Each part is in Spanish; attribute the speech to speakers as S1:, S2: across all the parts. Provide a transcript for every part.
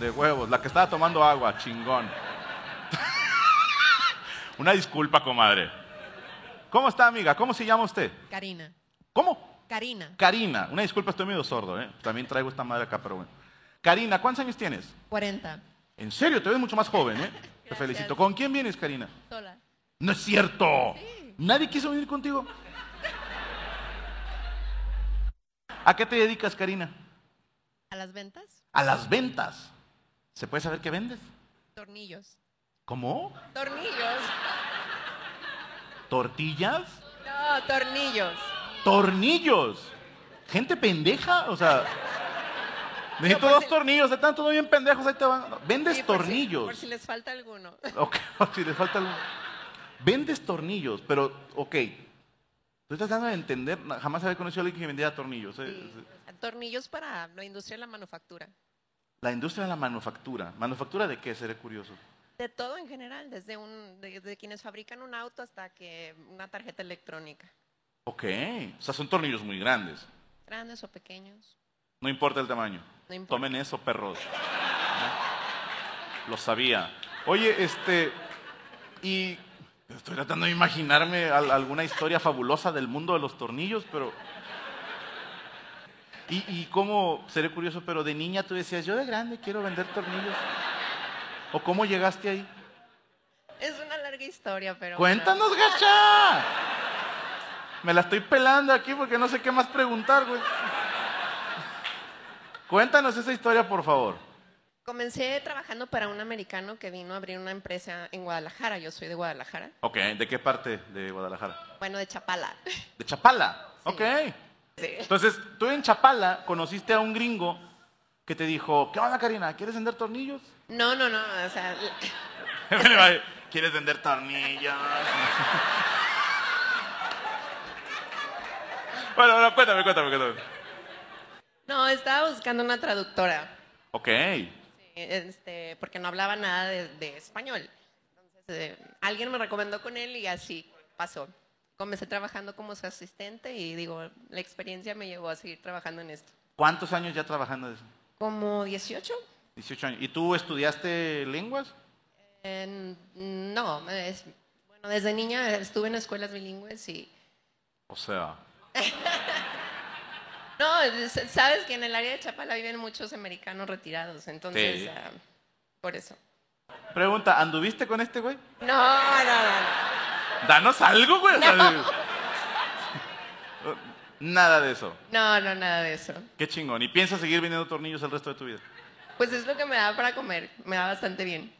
S1: de huevos, la que estaba tomando agua, chingón. Una disculpa, comadre. ¿Cómo está, amiga? ¿Cómo se llama usted?
S2: Karina.
S1: ¿Cómo?
S2: Karina,
S1: Karina. Una disculpa, estoy medio sordo, ¿eh? También traigo esta madre acá, pero bueno. Karina, ¿cuántos años tienes?
S2: 40.
S1: En serio, te ves mucho más joven, ¿eh? Te felicito. ¿Con quién vienes, Karina?
S2: Sola.
S1: No es cierto. Nadie quiso venir contigo. ¿A qué te dedicas, Karina?
S2: ¿A las ventas?
S1: A las ventas. ¿Se puede saber qué vendes?
S2: Tornillos.
S1: ¿Cómo?
S2: Tornillos.
S1: ¿Tortillas?
S2: No, tornillos.
S1: tornillos. Gente pendeja, o sea. Necesito
S2: No, por
S1: dos
S2: si-
S1: tornillos, de tanto bien pendejos, ahí te van. Vendes
S2: Sí, por si-
S1: tornillos.
S2: por si les falta alguno.
S1: Ok, si les falta algo. Vendes tornillos, pero, ok. Tú estás dando a entender, na- jamás había conocido a alguien que vendiera tornillos. eh.
S2: Sí, o sea, Tornillos para la industria de la manufactura.
S1: La industria de la manufactura. ¿Manufactura de qué? Seré curioso.
S2: De todo en general, desde, un, desde quienes fabrican un auto hasta que una tarjeta electrónica.
S1: Ok, o sea, son tornillos muy grandes.
S2: Grandes o pequeños.
S1: No importa el tamaño.
S2: No importa.
S1: Tomen eso, perros. Lo sabía. Oye, este. Y. Estoy tratando de imaginarme al- alguna historia fabulosa del mundo de los tornillos, pero. Y, y cómo, seré curioso, pero de niña tú decías, yo de grande quiero vender tornillos. ¿O cómo llegaste ahí?
S2: Es una larga historia, pero...
S1: Cuéntanos, gacha. Me la estoy pelando aquí porque no sé qué más preguntar, güey. Cuéntanos esa historia, por favor.
S2: Comencé trabajando para un americano que vino a abrir una empresa en Guadalajara. Yo soy de Guadalajara.
S1: Ok, ¿de qué parte de Guadalajara?
S2: Bueno, de Chapala.
S1: De Chapala. Ok.
S2: Sí.
S1: Entonces, tú en Chapala conociste a un gringo que te dijo, ¿qué onda, Karina? ¿Quieres vender tornillos?
S2: No, no, no. O sea,
S1: ¿Quieres vender tornillos? bueno, bueno, cuéntame, cuéntame, cuéntame.
S2: no, estaba buscando una traductora.
S1: Ok.
S2: este, porque no hablaba nada de, de español. Entonces, eh, alguien me recomendó con él y así pasó. Comencé trabajando como su asistente y digo, la experiencia me llevó a seguir trabajando en esto.
S1: ¿Cuántos años ya trabajando de eso?
S2: Como 18.
S1: 18 años. ¿Y tú estudiaste lenguas?
S2: en- no, es- bueno, desde niña estuve en escuelas bilingües y...
S1: O sea.
S2: No, es- sabes que en el área de Chapala viven muchos americanos retirados, entonces,
S1: Sí.
S2: ah, por eso.
S1: Pregunta, ¿anduviste con este güey?
S2: No, no, no. no.
S1: Danos algo, güey. o sea, Nada de eso.
S2: No, no, nada de eso.
S1: Qué chingón. ¿Y piensas seguir vendiendo tornillos el resto de tu vida?
S2: Pues es lo que me da para comer. Me da bastante bien.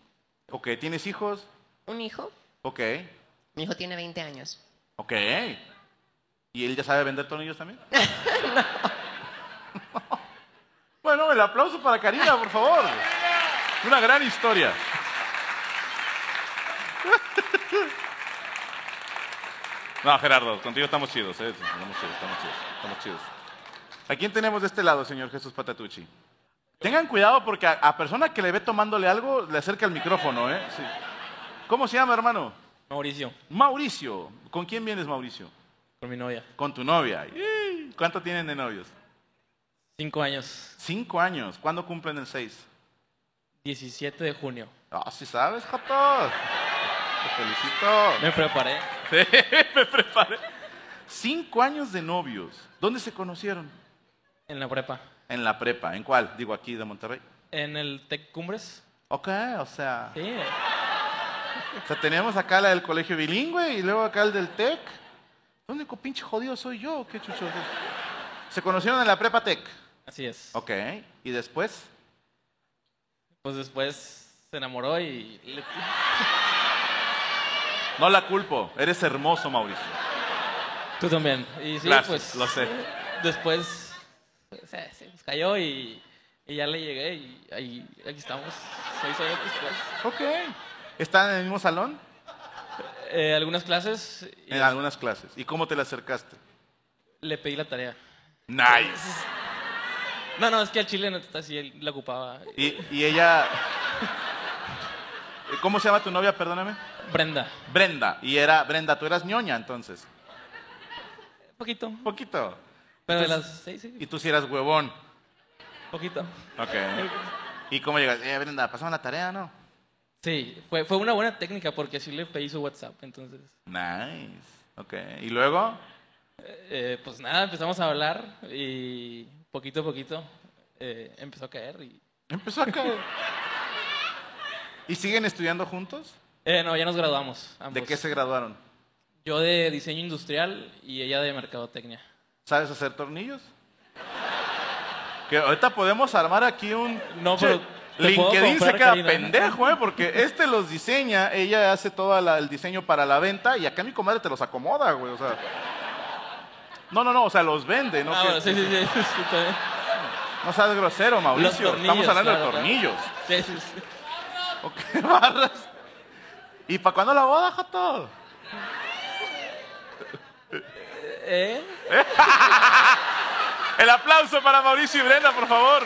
S1: Ok, ¿tienes hijos?
S2: ¿Un hijo?
S1: Ok.
S2: Mi hijo tiene 20 años.
S1: Ok. ¿Y él ya sabe vender tornillos también? bueno, el aplauso para Karina, por favor. Una gran historia. No, Gerardo, contigo estamos chidos, ¿eh? Estamos chidos, estamos chidos, estamos chidos. ¿A quién tenemos de este lado, señor Jesús Patatucci? Tengan cuidado porque a, a persona que le ve tomándole algo, le acerca el micrófono, ¿eh? Sí. ¿Cómo se llama, hermano?
S3: Mauricio,
S1: Mauricio. ¿Con quién vienes, Mauricio?
S3: con mi novia.
S1: Con tu novia. ¡Yay! ¿Cuánto tienen de novios?
S3: Cinco años.
S1: Cinco años. ¿Cuándo cumplen el seis?
S3: 17 de junio.
S1: Ah, sí sabes, Jato. Te felicito.
S3: Me preparé.
S1: Me preparé. Cinco años de novios. ¿Dónde se conocieron?
S3: En la prepa.
S1: En la prepa. ¿En cuál? Digo, aquí de Monterrey.
S3: En el Tec Cumbres.
S1: Ok, o sea,
S3: Sí.
S1: o sea, tenemos acá la del colegio bilingüe y luego acá el del TEC. ¿Dónde co- pinche jodido soy yo? ¿Qué chucho? Se conocieron en la prepa TEC.
S3: Así es.
S1: Ok, y después
S3: Pues después se enamoró y... le-
S1: No la culpo, eres hermoso, Mauricio.
S3: Tú también. Y sí,
S1: Gracias,
S3: pues...
S1: lo sé.
S3: Después o sea, se nos cayó y, y ya le llegué y ahí, aquí estamos. Seis años después.
S1: Ok. ¿Están en el mismo salón?
S3: Eh, algunas clases y
S1: En algunas clases. ¿Y cómo te le acercaste?
S3: le pedí la tarea.
S1: Nice.
S3: No, no, es que al chile no está así, él la ocupaba.
S1: Y, y ella... ¿Cómo se llama tu novia? Perdóname.
S3: Brenda,
S1: Brenda. Y era... Brenda, tú eras ñoña entonces.
S3: un poquito.
S1: Poquito.
S3: Pero de
S1: Entonces-
S3: las seis, sí,
S1: Y tú sí eras huevón.
S3: poquito.
S1: Ok. ¿Y cómo llegas? Eh, Brenda, ¿pasamos la tarea no?
S3: Sí, fue, fue una buena técnica porque sí le pedí su WhatsApp, entonces.
S1: Nice. Ok. ¿Y luego?
S3: eh, pues nada, empezamos a hablar y poquito a poquito eh, empezó a caer y...
S1: Empezó a caer. ¿Y siguen estudiando juntos?
S3: Eh, no, ya nos graduamos.
S1: ¿De
S3: ambos.
S1: qué se graduaron?
S3: Yo de diseño industrial y ella de mercadotecnia.
S1: ¿Sabes hacer tornillos? Que ahorita podemos armar aquí un...
S3: No,
S1: Che,
S3: pero te puedo
S1: LinkedIn se
S3: comprar,
S1: queda
S3: Karina.
S1: pendejo, ¿eh? Porque este los diseña, ella hace todo el diseño para la venta y acá mi comadre te los acomoda, güey. O sea... No, no, no, o sea, los vende, ¿no?
S3: ah,
S1: Que-
S3: bueno, sí, sí, sí. sí, sí, está bien.
S1: No seas grosero, Mauricio.
S3: Los
S1: Estamos
S3: tornillos,
S1: hablando de
S3: claro, claro.
S1: tornillos.
S3: Sí, sí, sí.
S1: Ok, barras. ¿Y para cuándo la boda, Joto?
S3: ¿Eh?
S1: El aplauso para Mauricio y Brenda, por favor.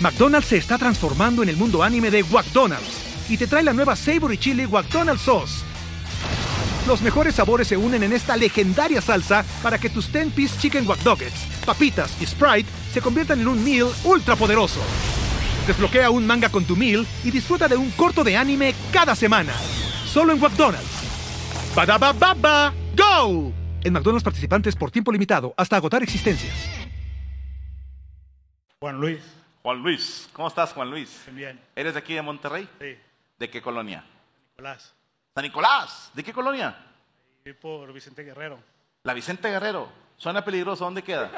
S4: McDonald's se está transformando en el mundo anime de McDonald's y te trae la nueva Savory Chili McDonald's Sauce. Los mejores sabores se unen en esta legendaria salsa para que tus 10-piece chicken wack doggets, papitas y Sprite se conviertan en un meal ultra poderoso. Desbloquea un manga con tu meal y disfruta de un corto de anime cada semana. Solo en McDonald's. Badaba baba go. En McDonald's participantes por tiempo limitado hasta agotar existencias.
S5: Juan Luis,
S1: Juan Luis. ¿Cómo estás, Juan Luis?
S5: bien,
S1: ¿Eres de aquí de Monterrey?
S5: sí,
S1: ¿De qué colonia?
S5: Nicolás.
S1: San Nicolás. ¿De qué colonia?
S5: Y por Vicente Guerrero.
S1: La Vicente Guerrero. Suena peligroso. ¿Dónde queda?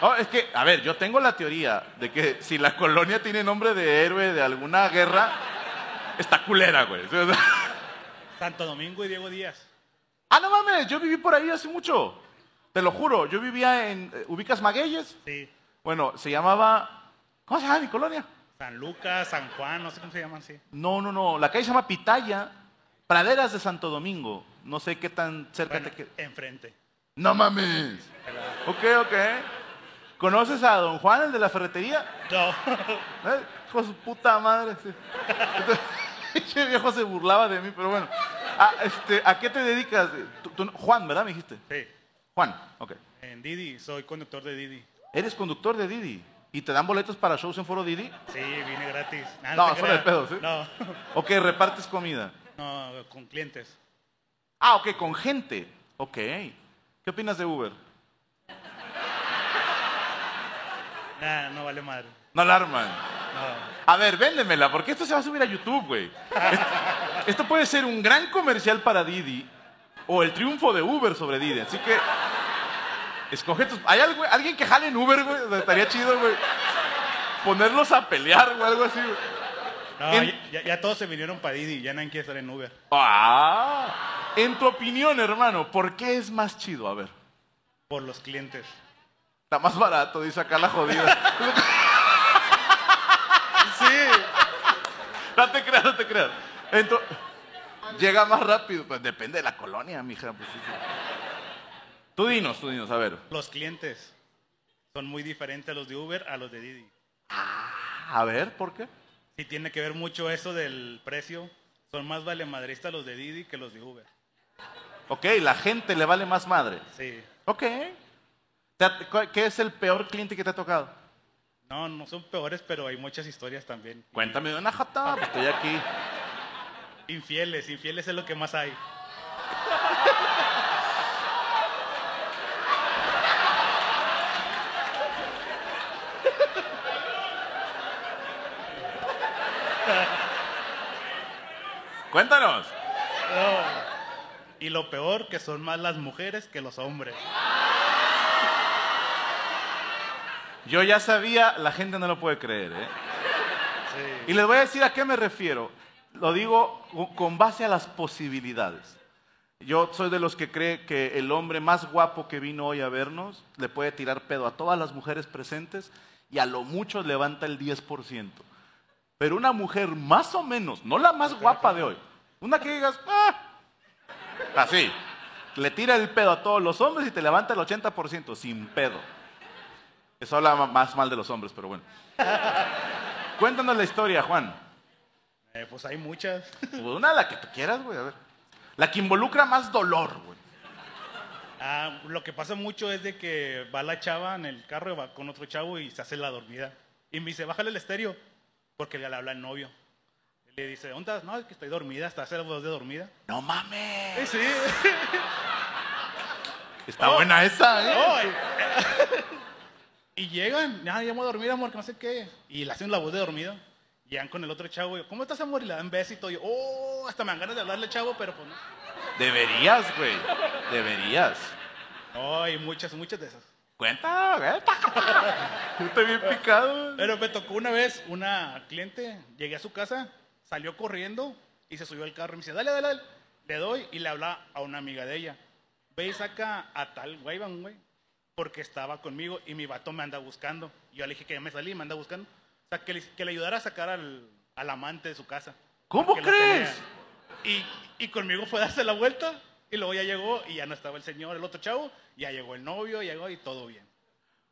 S1: No, es que, a ver, yo tengo la teoría de que si la colonia tiene nombre de héroe de alguna guerra, está culera, güey.
S5: Santo Domingo y Diego Díaz.
S1: Ah, no mames, yo viví por ahí hace mucho. Te lo juro, yo vivía en. eh, ¿Ubicas Magueyes?
S5: Sí.
S1: Bueno, se llamaba. ¿Cómo se llama mi colonia?
S5: San Lucas, San Juan, no sé cómo se llaman, sí.
S1: No, no, no. La calle se llama Pitaya, Praderas de Santo Domingo. No sé qué tan cerca
S5: Bueno,
S1: te queda.
S5: enfrente.
S1: No mames. Ok, ok. ¿Conoces a don Juan, el de la ferretería?
S5: No,
S1: ¿Eh? Hijo de su puta madre. sí. Entonces, ese viejo se burlaba de mí, pero bueno. Ah, este, ¿A qué te dedicas? Tú- tú no- Juan, ¿verdad? Me dijiste.
S5: sí.
S1: Juan, ok.
S5: En Didi, soy conductor de Didi.
S1: Eres conductor de Didi y te dan boletos para shows en Foro Didi.
S5: Sí, vine gratis. Nah,
S1: No,
S5: te
S1: fuera de
S5: creas.
S1: pedo, ¿sí?
S5: No,
S1: ¿O que repartes comida?
S5: no, con clientes.
S1: Ah, ok, con gente. Ok. ¿Qué opinas de Uber?
S5: Nada, no vale madre.
S1: No alarman.
S5: No,
S1: A ver, véndemela, porque esto se va a subir a YouTube, güey. Esto- Esto puede ser un gran comercial para Didi o el triunfo de Uber sobre Didi. Así que. Escoge tus. ¿Hay algo- alguien que jale en Uber, güey? O sea, estaría chido, güey. Ponerlos a pelear, o algo así, güey.
S5: no
S1: En-
S5: ya, ya todos se vinieron para Didi, ya nadie quiere estar en Uber.
S1: Ah. En tu opinión, hermano, ¿por qué es más chido? A ver.
S5: Por los clientes.
S1: Está más barato, dice acá la jodida.
S5: Sí.
S1: No te creas, no te creas. Ento- llega más rápido. Pues depende de la colonia, mija. pues, sí, sí. Tú dinos, tú dinos, a ver.
S5: Los clientes son muy diferentes a los de Uber a los de Didi.
S1: A ver, ¿por qué?
S5: Sí, tiene que ver mucho eso del precio. Son más valemadristas los de Didi que los de Uber.
S1: Ok, la gente le vale más madre.
S5: Sí.
S1: Ok. ¿Te ha- cu- ¿Qué es el peor cliente que te ha tocado?
S5: No, no son peores, pero hay muchas historias también.
S1: Cuéntame de una jata, pues estoy aquí.
S5: Infieles, infieles es lo que más hay.
S1: Cuéntanos.
S5: Y lo peor, que son más las mujeres que los hombres.
S1: Yo ya sabía, la gente no lo puede creer, ¿eh?
S5: Sí.
S1: Y les voy a decir a qué me refiero. Lo digo con- con base a las posibilidades. Yo soy de los que cree que el hombre más guapo que vino hoy a vernos le puede tirar pedo a todas las mujeres presentes y a lo mucho levanta el 10%. Pero una mujer más o menos, no la más guapa de hoy, una que digas, "Ah", así, le tira el pedo a todos los hombres y te levanta el 80%, sin pedo. Eso habla ma- más mal de los hombres, pero bueno. Cuéntanos la historia, Juan.
S5: Eh, pues hay muchas.
S1: Una la que tú quieras, güey, a ver. La que involucra más dolor, güey.
S5: Ah, lo que pasa mucho es de que va la chava en el carro y va con otro chavo y se hace la dormida. Y me dice, bájale el estéreo, porque le habla el novio. Le dice, ¿dónde estás? No, es que estoy dormida, hasta hace la voz de dormida.
S1: No mames.
S5: Eh, sí.
S1: Está buena esa, ¿eh?
S5: No, y, y llegan, nada, ya me voy a dormir, amor, que no sé qué. Y le hacen la voz de dormido. Llegan con el otro chavo y yo, ¿cómo estás, amor? Y le dan besito. Y yo, oh, hasta me dan ganas de hablarle al chavo, pero pues no.
S1: Deberías, güey. Deberías.
S5: No, hay muchas, muchas de esas.
S1: Cuenta, güey. Yo estoy bien picado. güey.
S5: Pero me tocó una vez una cliente, llegué a su casa, salió corriendo y se subió al carro y me dice, dale, dale, dale. Le doy y le habla a una amiga de ella. Ve y saca a tal güey, van, güey, porque estaba conmigo y mi vato me anda buscando. Yo le dije que ya me salí, me anda buscando. O sea, que le, que le ayudara a sacar al, al amante de su casa.
S1: ¿Cómo
S5: Porque lo
S1: crees?
S5: tenía. Y, y conmigo fue a darse la vuelta y luego ya llegó y ya no estaba el señor, el otro chavo, ya llegó el novio, llegó y todo bien.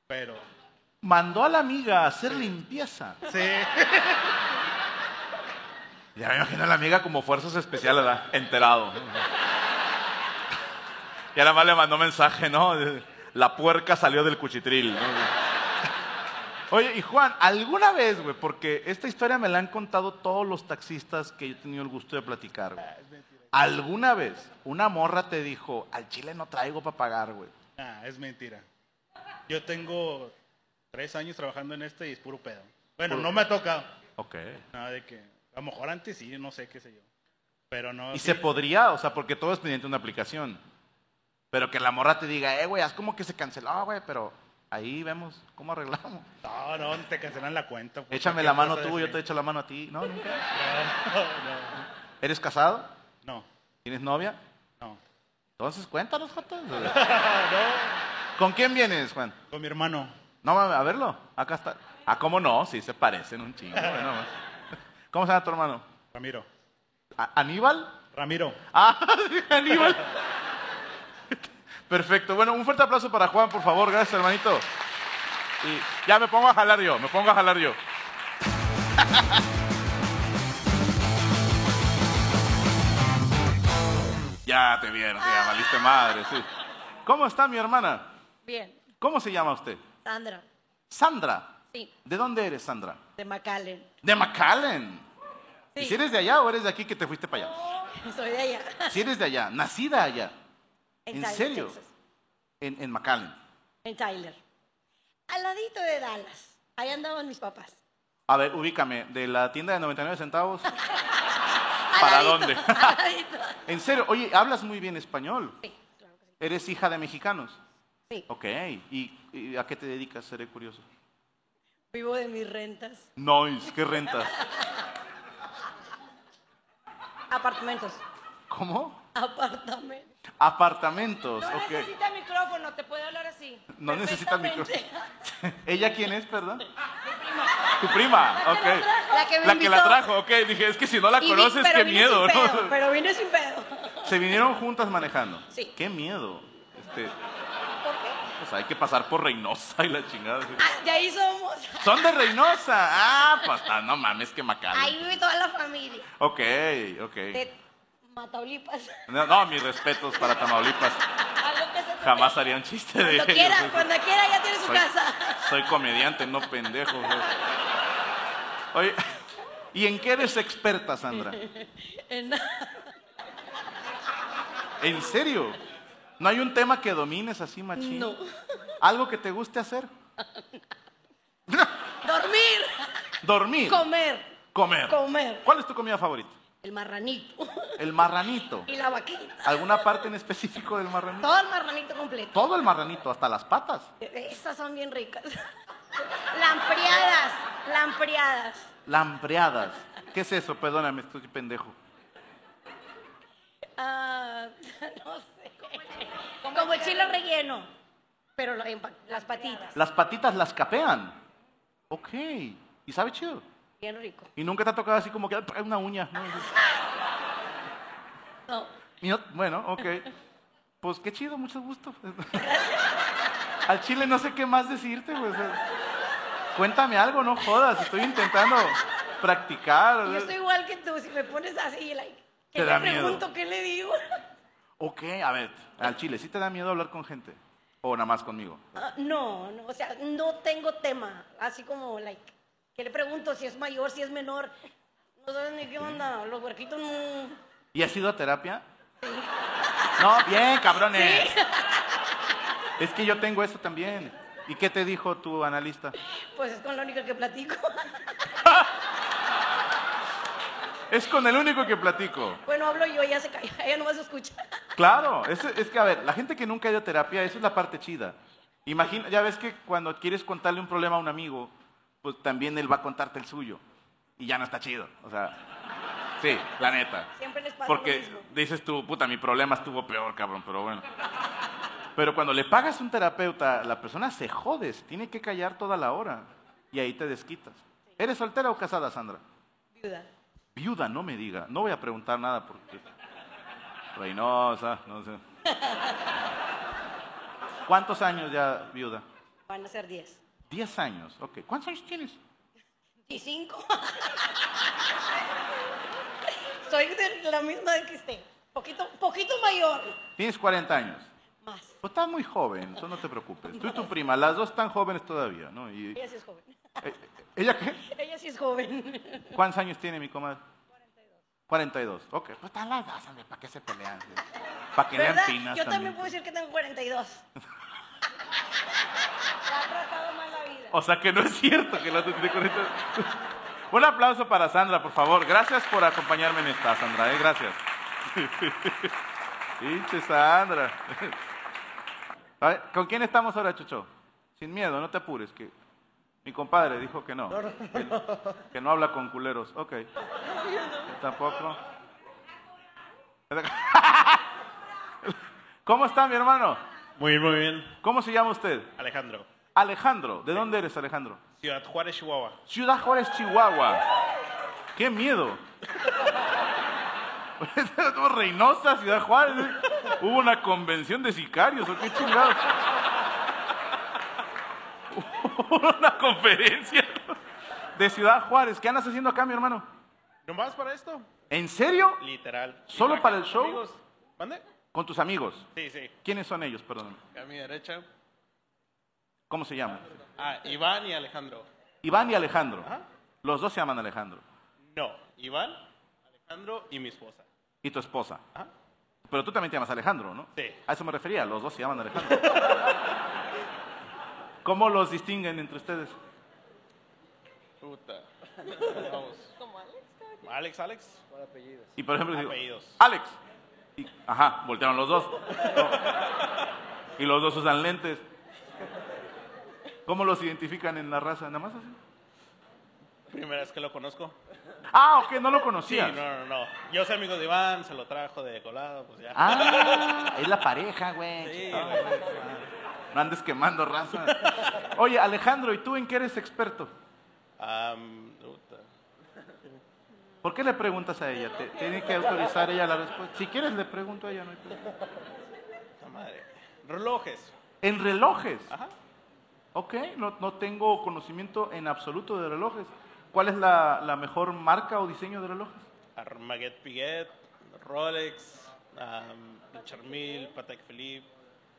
S5: Pero,
S1: Mandó a la amiga a hacer limpieza.
S5: sí.
S1: Ya me imagino a la amiga como fuerzas especiales, ¿verdad? Enterado. Y nada más le mandó mensaje, ¿no? La puerca salió del cuchitril. ¿no? Oye, y Juan, ¿alguna vez, güey? Porque esta historia me la han contado todos los taxistas que he tenido el gusto de platicar, güey. ¿Alguna vez una morra te dijo, al chile no traigo para pagar, güey?
S5: Ah, es mentira. Yo tengo tres años trabajando en este y es puro pedo. Bueno, no me ha tocado.
S1: Ok.
S5: Nada de que. A lo mejor antes sí, no sé qué sé yo. Pero no.
S1: Y
S5: sí.
S1: se podría, o sea, porque todo es pendiente de una aplicación. Pero que la morra te diga, eh, güey, haz como que se canceló, güey, pero ahí vemos cómo arreglamos.
S5: No, no, te cancelan la cuenta. por
S1: Échame
S5: cualquier
S1: la mano
S5: cosa
S1: tú,
S5: de
S1: yo
S5: ese.
S1: te echo la mano a ti. No, nunca.
S5: No,
S1: ¿Eres casado?
S5: no,
S1: ¿Tienes novia?
S5: no,
S1: Entonces cuéntanos, Jota.
S5: no.
S1: ¿Con quién vienes, Juan?
S5: Con mi hermano.
S1: No, mames, a verlo. Acá está. Ah, ¿cómo no? Sí, se parecen un chingo. güey, no más. ¿Cómo se llama tu hermano?
S5: Ramiro.
S1: ¿A- ¿Aníbal?
S5: Ramiro.
S1: Ah, sí, Aníbal. Perfecto. Bueno, un fuerte aplauso para Juan, por favor. Gracias, hermanito. Y ya me pongo a jalar yo, me pongo a jalar yo. Ya te vieron, ya valiste madre, sí. ¿Cómo está mi hermana?
S6: Bien,
S1: ¿Cómo se llama usted?
S6: Sandra,
S1: Sandra.
S6: sí,
S1: ¿De dónde eres, Sandra?
S6: de McAllen.
S1: De McAllen. ¿Y
S6: Sí.
S1: si eres de allá o eres de aquí que te fuiste para allá?
S6: Soy de allá.
S1: Si eres de allá, nacida allá, ¿En
S6: Tyler,
S1: serio?
S6: Texas.
S1: en, en McAllen.
S6: En Tyler. Al ladito de Dallas. Ahí andaban mis papás.
S1: A ver, ubícame, de la tienda de 99 centavos.
S6: Al
S1: ¿Para
S6: ladito,
S1: dónde?
S6: Al ladito.
S1: En serio, oye, hablas muy bien español.
S6: Sí, claro que sí.
S1: Eres hija de mexicanos.
S6: Sí,
S1: Ok, ¿y, y a qué te dedicas? Seré curioso.
S6: vivo de mis rentas.
S1: Nice, ¿qué rentas?
S6: Apartamentos.
S1: ¿Cómo?
S6: Apartamentos.
S1: Apartamentos,
S6: No
S1: ok.
S6: necesita micrófono, te puede hablar así.
S1: No necesita
S6: perfectamente.
S1: ¿Ella quién es, perdón? Tu prima,
S6: La que la
S1: ok.
S6: trajo. La que me
S1: La que la
S6: invitó.
S1: trajo, ok. Dije, es que si no la
S6: Y vi-
S1: conoces,
S6: pero
S1: qué
S6: vine
S1: miedo,
S6: sin
S1: ¿no?
S6: pedo, Pero vine sin pedo.
S1: Se vinieron juntas manejando.
S6: Sí.
S1: Qué miedo. Este,
S6: ¿Por qué?
S1: pues hay que pasar por Reynosa y la chingada. sí.
S6: Ah, de ahí somos.
S1: Son de Reynosa. Ah, pues ah, no mames, que macabro.
S6: Ahí vive toda la familia.
S1: Ok, ok.
S6: De Mataulipas.
S1: No, no, mis respetos para Tamaulipas.
S6: Algo que se te
S1: Jamás
S6: ocurra.
S1: haría un chiste de
S6: Cuando
S1: ellos.
S6: quiera, cuando quiera ya tiene su
S1: Soy-
S6: casa.
S1: Soy comediante, no pendejo. güey. Oye, ¿y en qué eres experta, Sandra?
S6: En-
S1: ¿En serio? ¿No hay un tema que domines así, machín?
S6: No.
S1: ¿Algo que te guste hacer?
S6: Dormir,
S1: Dormir.
S6: comer,
S1: Comer.
S6: comer.
S1: ¿Cuál es tu comida favorita?
S6: El marranito.
S1: El marranito.
S6: y la vaquita.
S1: ¿Alguna parte en específico del marranito?
S6: Todo el marranito completo.
S1: Todo el marranito, hasta las patas.
S6: Estas son bien ricas. lampreadas, lampreadas.
S1: Lampreadas. ¿Qué es eso? Perdóname, estoy pendejo.
S6: Ah, no sé. Como, el chile relleno, pero la- en pa- las patitas.
S1: Las patitas las capean. Ok. Y sabe chido.
S6: Bien rico.
S1: Y nunca te ha tocado así como que "Ay, una uña. ¿no?
S6: No,
S1: Y no- bueno, ok. Pues qué chido, mucho gusto. Al chile no sé qué más decirte, güey. o sea, cuéntame algo, no jodas. Estoy intentando practicar.
S6: yo estoy igual que tú. Si me pones así, like, ¿qué
S1: Te
S6: le
S1: da miedo.
S6: pregunto? ¿Qué le digo?
S1: Ok, a ver. Al chile, ¿sí te da miedo hablar con gente? O nada más conmigo.
S6: Ah, no, no, o sea, no tengo tema. Así como, like, ¿qué le pregunto? Si es mayor, si es menor. No sabes ni qué onda. Los huerquitos no.
S1: ¿Y has ido a terapia? No, bien, cabrones. Es que yo tengo eso también. ¿Y qué te dijo tu analista?
S6: Pues es con la única que platico.
S1: Es con el único que platico.
S6: bueno, hablo yo, ella se calla, ella no más escucha.
S1: Claro, es, es que a ver, la gente que nunca ha ido a terapia, esa es la parte chida. Imagina, ya ves que cuando quieres contarle un problema a un amigo, pues también él va a contarte el suyo. Y ya no está chido. O sea, sí, la neta.
S6: Siempre les pasa lo
S1: Porque
S6: mismo.
S1: dices tú, puta, mi problema estuvo peor, cabrón, pero bueno. Pero cuando le pagas a un terapeuta, la persona se jodes, tiene que callar toda la hora. Y ahí te desquitas. ¿Eres soltera o casada, Sandra?
S6: Viuda.
S1: Viuda, no me diga. No voy a preguntar nada porque. Reynosa, no sé. ¿Cuántos años ya viuda?
S6: Van a ser 10.
S1: Diez años, ok. ¿Cuántos años tienes?
S6: ¿Y cinco? Soy de la misma de que usted. Poquito, poquito mayor.
S1: Tienes 40 años.
S6: Más.
S1: Pues estás muy joven, entonces no te preocupes. Tú y tu prima, las dos están jóvenes todavía, ¿no? Y,
S6: Ella sí es joven.
S1: eh, ¿Ella qué?
S6: Ella sí es joven.
S1: ¿Cuántos años tiene mi comadre? 42. 42, ok. Pues están las dos, hombre, ¿para qué se pelean? Para que lean
S6: ¿Verdad?
S1: pinas
S6: Yo
S1: también.
S6: también puedo decir que tengo 42. La ha tratado mal la vida.
S1: O sea que no es cierto que la otra tiene 40. Un aplauso para Sandra, por favor. Gracias por acompañarme en esta, Sandra. ¿eh? Gracias. Pinche Sandra. A ver, ¿Con quién estamos ahora, Chucho? Sin miedo, no te apures. Que mi compadre dijo que no. Que, que no habla con culeros. Ok. Tampoco. ¿Cómo está, mi hermano?
S5: Muy bien, muy bien.
S1: ¿Cómo se llama usted?
S5: Alejandro.
S1: Alejandro. ¿De dónde eres, Alejandro?
S5: Ciudad Juárez, Chihuahua.
S1: Ciudad Juárez, Chihuahua. ¡Qué miedo! Todo Reynosa, Ciudad Juárez. ¿eh? Hubo una convención de sicarios, ¿o qué chingados? Hubo una conferencia de Ciudad Juárez. ¿Qué andas haciendo acá, mi hermano?
S5: ¿No vas para esto?
S1: ¿En serio?
S5: Literal.
S1: ¿Solo
S5: Y acá
S1: para el
S5: con
S1: show?
S5: amigos. ¿Mande?
S1: Con tus amigos.
S5: Sí, sí.
S1: ¿Quiénes son ellos, perdón?
S3: A mi derecha.
S1: ¿Cómo se llaman?
S3: Ah, Iván y Alejandro.
S1: Iván y Alejandro. Los dos se llaman Alejandro.
S3: No, Iván, Alejandro y mi esposa.
S1: Y tu esposa.
S3: Ajá.
S1: Pero tú también te llamas Alejandro, ¿no?
S3: Sí.
S1: A eso me refería, los dos se llaman Alejandro. ¿Cómo los distinguen entre ustedes?
S3: Puta. Vamos. ¿Como Alex? Alex, Alex. Por apellidos.
S1: Y por ejemplo, digo, Ah.
S3: Apellidos.
S1: Alex. Y- ajá, voltearon los dos. No. Y los dos usan lentes. ¿Cómo los identifican en la raza? Nada más así.
S3: Primera vez que lo conozco.
S1: Ah, ok, no lo
S3: Sí,
S1: conocías.
S3: no, no, no. Yo soy amigo de Iván, se lo trajo de colado, pues ya.
S1: Ah, es la pareja, güey.
S3: Sí,
S1: Ah,
S3: la
S1: güey. No andes quemando raza. Oye, Alejandro, ¿y tú en qué eres experto?
S3: Am, puta.
S1: ¿Por qué le preguntas a ella? ¿Te- ¿Tiene que autorizar ella la respuesta? Si quieres, le pregunto a ella. No hay problema.
S3: Puta madre. Relojes.
S1: En relojes.
S3: Ajá.
S1: Ok, no, no tengo conocimiento en absoluto de relojes. ¿Cuál es la, la mejor marca o diseño de relojes?
S3: Armaguet Piguet, Rolex, am, Charmil, Patek Philippe.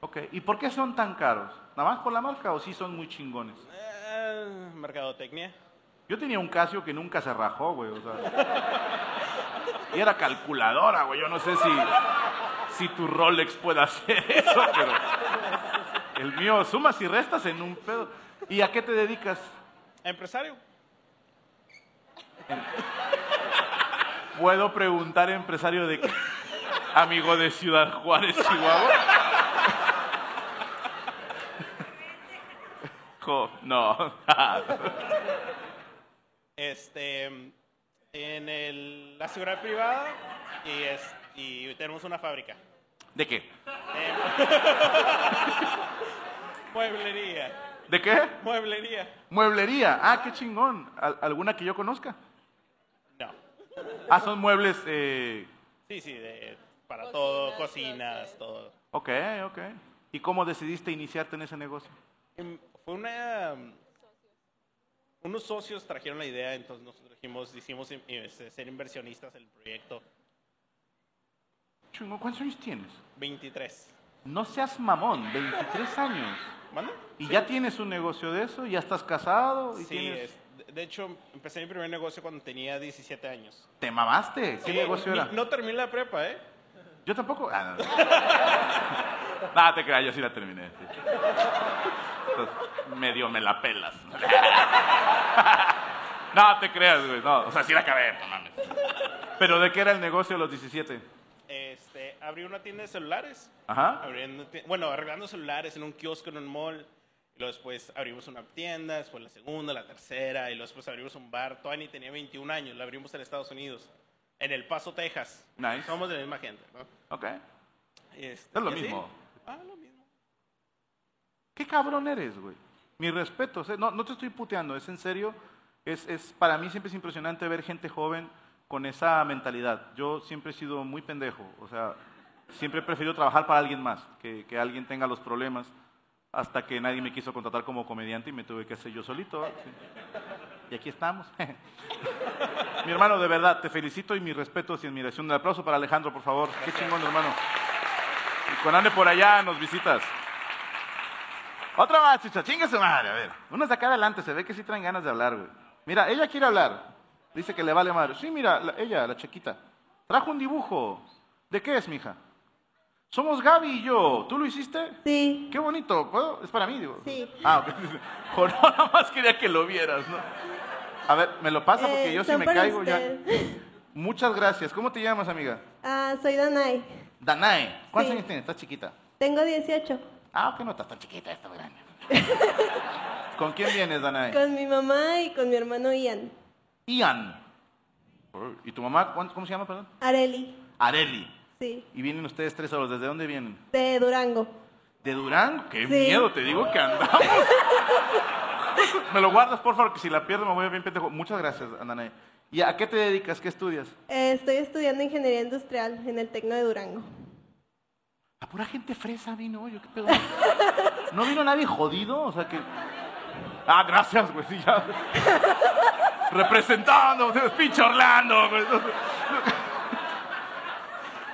S1: Ok, ¿y por qué son tan caros? ¿Nada más por la marca o sí son muy chingones?
S3: Eh, mercadotecnia.
S1: Yo tenía un Casio que nunca se rajó, güey, o sea. Y era calculadora, güey. Yo no sé si, si tu Rolex puede hacer eso, pero. El mío, sumas y restas en un pedo. ¿Y a qué te dedicas?
S3: Empresario.
S1: ¿Puedo preguntar, empresario de qué? Amigo de Ciudad Juárez, Chihuahua. Jo- no.
S7: Este, en el- la seguridad privada y, es- y tenemos una fábrica.
S1: ¿De qué?
S7: Mueblería,
S1: ¿De qué?
S7: mueblería.
S1: Mueblería. Ah, qué chingón. ¿Al- ¿Alguna que yo conozca?
S7: No,
S1: Ah, son muebles. Eh...
S7: sí, sí, de- para todo, cocinas, todo.
S1: Ok, ok. ¿Y cómo decidiste iniciarte en ese negocio?
S7: Em, Fue una... mm, Unos socios trajeron la idea, entonces nosotros dijimos, hicimos em, este, ser inversionistas en el proyecto.
S1: Chingón, ¿cuántos años tienes?
S7: 23.
S1: No seas mamón, 23 años.
S7: ¿Manda?
S1: ¿Y ya tienes un negocio de eso? ¿Ya estás casado? ¿Y
S7: Sí,
S1: tienes-
S7: es- de- de hecho empecé mi primer negocio cuando tenía 17 años.
S1: ¿Te mamaste? ¿Qué
S7: Sí,
S1: negocio
S7: ni-
S1: era?
S7: No terminé la prepa, ¿eh?
S1: Yo tampoco. Ah, no, no. Nah, te creas, yo sí la terminé. sí. Entonces, medio me la pelas. no, te creas, güey. No, o sea, sí la acabé, no mames. ¿Pero de qué era el negocio a los 17?
S7: Este, abrí una tienda de celulares.
S1: Ajá.
S7: Abriendo ti- bueno, arreglando celulares en un kiosco, en un mall. Y luego después abrimos una tienda, después la segunda, la tercera. Y luego después abrimos un bar. Todavía ni tenía 21 años. La abrimos en Estados Unidos. En El Paso, Texas.
S1: Nice.
S7: Somos de la misma gente, ¿no?
S1: Ok.
S7: Este,
S1: Es lo
S7: y así.
S1: mismo.
S7: Ah, lo mismo.
S1: ¿Qué cabrón eres, güey? Mi respeto, no, no te estoy puteando, es en serio. Es, es- para mí siempre es impresionante ver gente joven con esa mentalidad. Yo siempre he sido muy pendejo, o sea, siempre he preferido trabajar para alguien más, que, que alguien tenga los problemas, hasta que nadie me quiso contratar como comediante y me tuve que hacer yo solito. ¿eh? Y aquí estamos. Mi hermano, de verdad, te felicito y mis respetos y admiración. Un aplauso para Alejandro, por favor. Qué chingón, hermano. Y con Ande por allá nos visitas. Otra más, chicha, chinga su madre, a ver. Una de acá adelante, se ve que sí traen ganas de hablar, güey. Mira, ella quiere hablar. Dice que le vale madre. Sí, mira, la- ella, la chiquita. Trajo un dibujo. ¿De qué es, mija? Somos Gaby y yo. ¿Tú lo hiciste?
S8: Sí,
S1: Qué bonito, ¿puedo? Es para mí, digo.
S8: Sí.
S1: Ah, ok. Joder, nada más quería que lo vieras, ¿no? A ver, me lo pasa porque
S8: eh,
S1: yo si
S8: son
S1: me
S8: para
S1: caigo ya.
S8: usted.
S1: Muchas gracias. ¿Cómo te llamas, amiga?
S8: Ah, soy Danai.
S1: Danae. ¿Cuántos
S8: Sí.
S1: años tienes? Estás chiquita.
S8: Tengo 18.
S1: Ah, ok, no estás tan chiquita, estás grande. ¿Con quién vienes, Danae?
S8: Con mi mamá y con mi hermano Ian.
S1: Ian. ¿Y tu mamá? cuán- ¿Cómo se llama, perdón?
S8: Areli,
S1: Areli.
S8: sí.
S1: Y vienen ustedes tres solos. ¿Desde dónde vienen?
S8: De Durango.
S1: ¿De Durán? ¡Qué
S8: Sí.
S1: miedo! Te digo que andamos. me lo guardas, por favor, que si la pierdo me voy a bien pendejo. Muchas gracias, Danae. ¿Y a qué te dedicas? ¿Qué estudias?
S8: Eh, estoy estudiando ingeniería industrial en el Tecno de Durango.
S1: A pura gente fresa vino, yo qué pedo. ¿No vino nadie jodido? O sea que. Ah, gracias, güey, sí, ya. Representando, pinche Orlando, güey.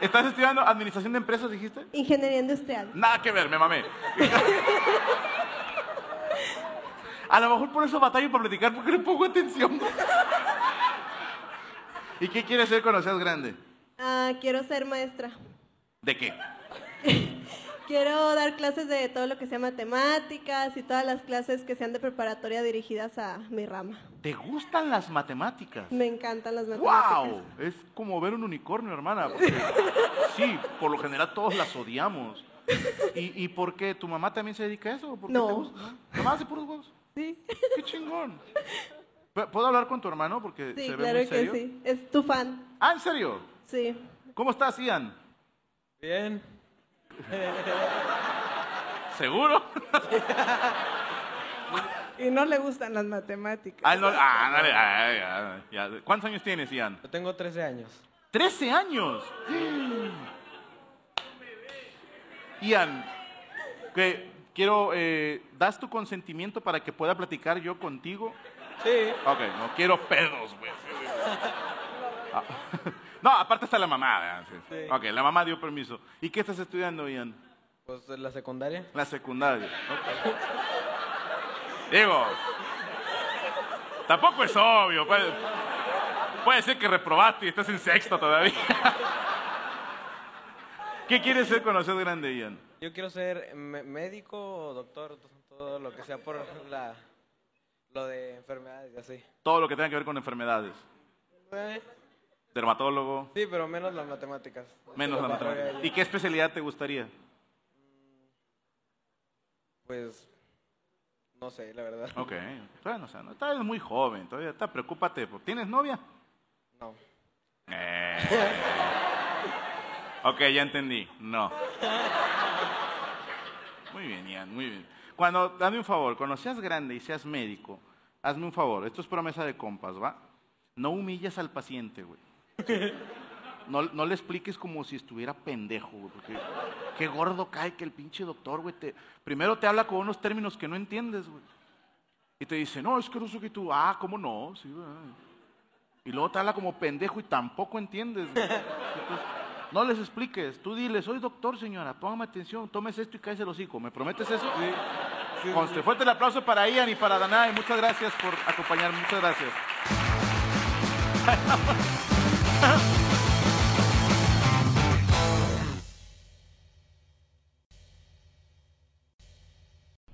S1: ¿Estás estudiando administración de empresas, dijiste?
S8: Ingeniería industrial.
S1: Nada que ver, me mamé. A lo mejor por eso batallo para platicar porque le pongo atención. ¿Y qué quieres ser cuando seas grande?
S8: Ah, quiero ser maestra.
S1: ¿De qué?
S8: Quiero dar clases de todo lo que sea matemáticas y todas las clases que sean de preparatoria dirigidas a mi rama.
S1: ¿Te gustan las matemáticas?
S8: Me encantan las matemáticas.
S1: ¡Wow! Es como ver un unicornio, hermana. porque sí, por lo general todos las odiamos. ¿Y, y por qué? ¿Tu mamá también se dedica a eso? ¿Por qué
S8: No.
S1: te gusta? ¿Tu mamá hace puros huevos? Sí. ¡Qué chingón! ¿Pu- ¿Puedo hablar con tu hermano? Porque
S8: Sí,
S1: se ve
S8: claro
S1: muy
S8: que
S1: serio.
S8: sí. Es tu fan.
S1: Ah, ¿en serio?
S8: Sí.
S1: ¿Cómo estás, Ian?
S3: Bien.
S1: ¿Seguro?
S9: Y no le gustan las matemáticas.
S1: Ah, no, ah, dale, ah, ya, ya. ¿Cuántos años tienes, Ian?
S3: Yo tengo 13 años.
S1: ¡13 años! Ian, que quiero, eh, ¿das tu consentimiento para que pueda platicar yo contigo?
S3: Sí.
S1: Ok, no quiero pedos, güey. Ah, No, aparte está la mamá. ¿verdad? Sí, sí.
S3: Sí.
S1: Ok, la mamá dio permiso. ¿Y qué estás estudiando, Ian?
S3: Pues de la secundaria.
S1: La secundaria. Digo, tampoco es obvio. pues. Puede, puede ser que reprobaste y estás en sexto todavía. ¿Qué quieres ser cuando seas grande, Ian?
S3: Yo quiero ser me- médico o doctor, to- todo lo que sea por la lo de enfermedades y así.
S1: Todo lo que tenga que ver con enfermedades.
S3: Eh,
S1: dermatólogo,
S10: Sí, pero menos las matemáticas.
S1: menos la matemática. ¿Y qué especialidad te gustaría?
S10: Pues, no sé, la verdad.
S1: Ok, bueno, o sea, no, estás muy joven, todavía está, preocúpate. por- ¿Tienes novia?
S10: No.
S1: Eh. ok, ya entendí, no. Muy bien, Ian, muy bien. Cuando, dame un favor, cuando seas grande y seas médico, hazme un favor, esto es promesa de compas, ¿va? No humilles al paciente, güey. No, no le expliques como si estuviera pendejo, güey, porque qué gordo cae que el pinche doctor, güey, te, primero te habla con unos términos que no entiendes, güey. Y te dice, no, es que no sé qué tú, ah, ¿cómo no? Sí, güey. Y luego te habla como pendejo y tampoco entiendes, güey. Entonces, no les expliques, tú dile, soy doctor, señora, póngame atención, tomes esto y cállese el hocico, ¿me prometes eso?
S10: Sí, sí,
S1: Conste,
S10: sí.
S1: fuerte el aplauso para Ian y para Danae, muchas gracias por acompañarme, muchas gracias.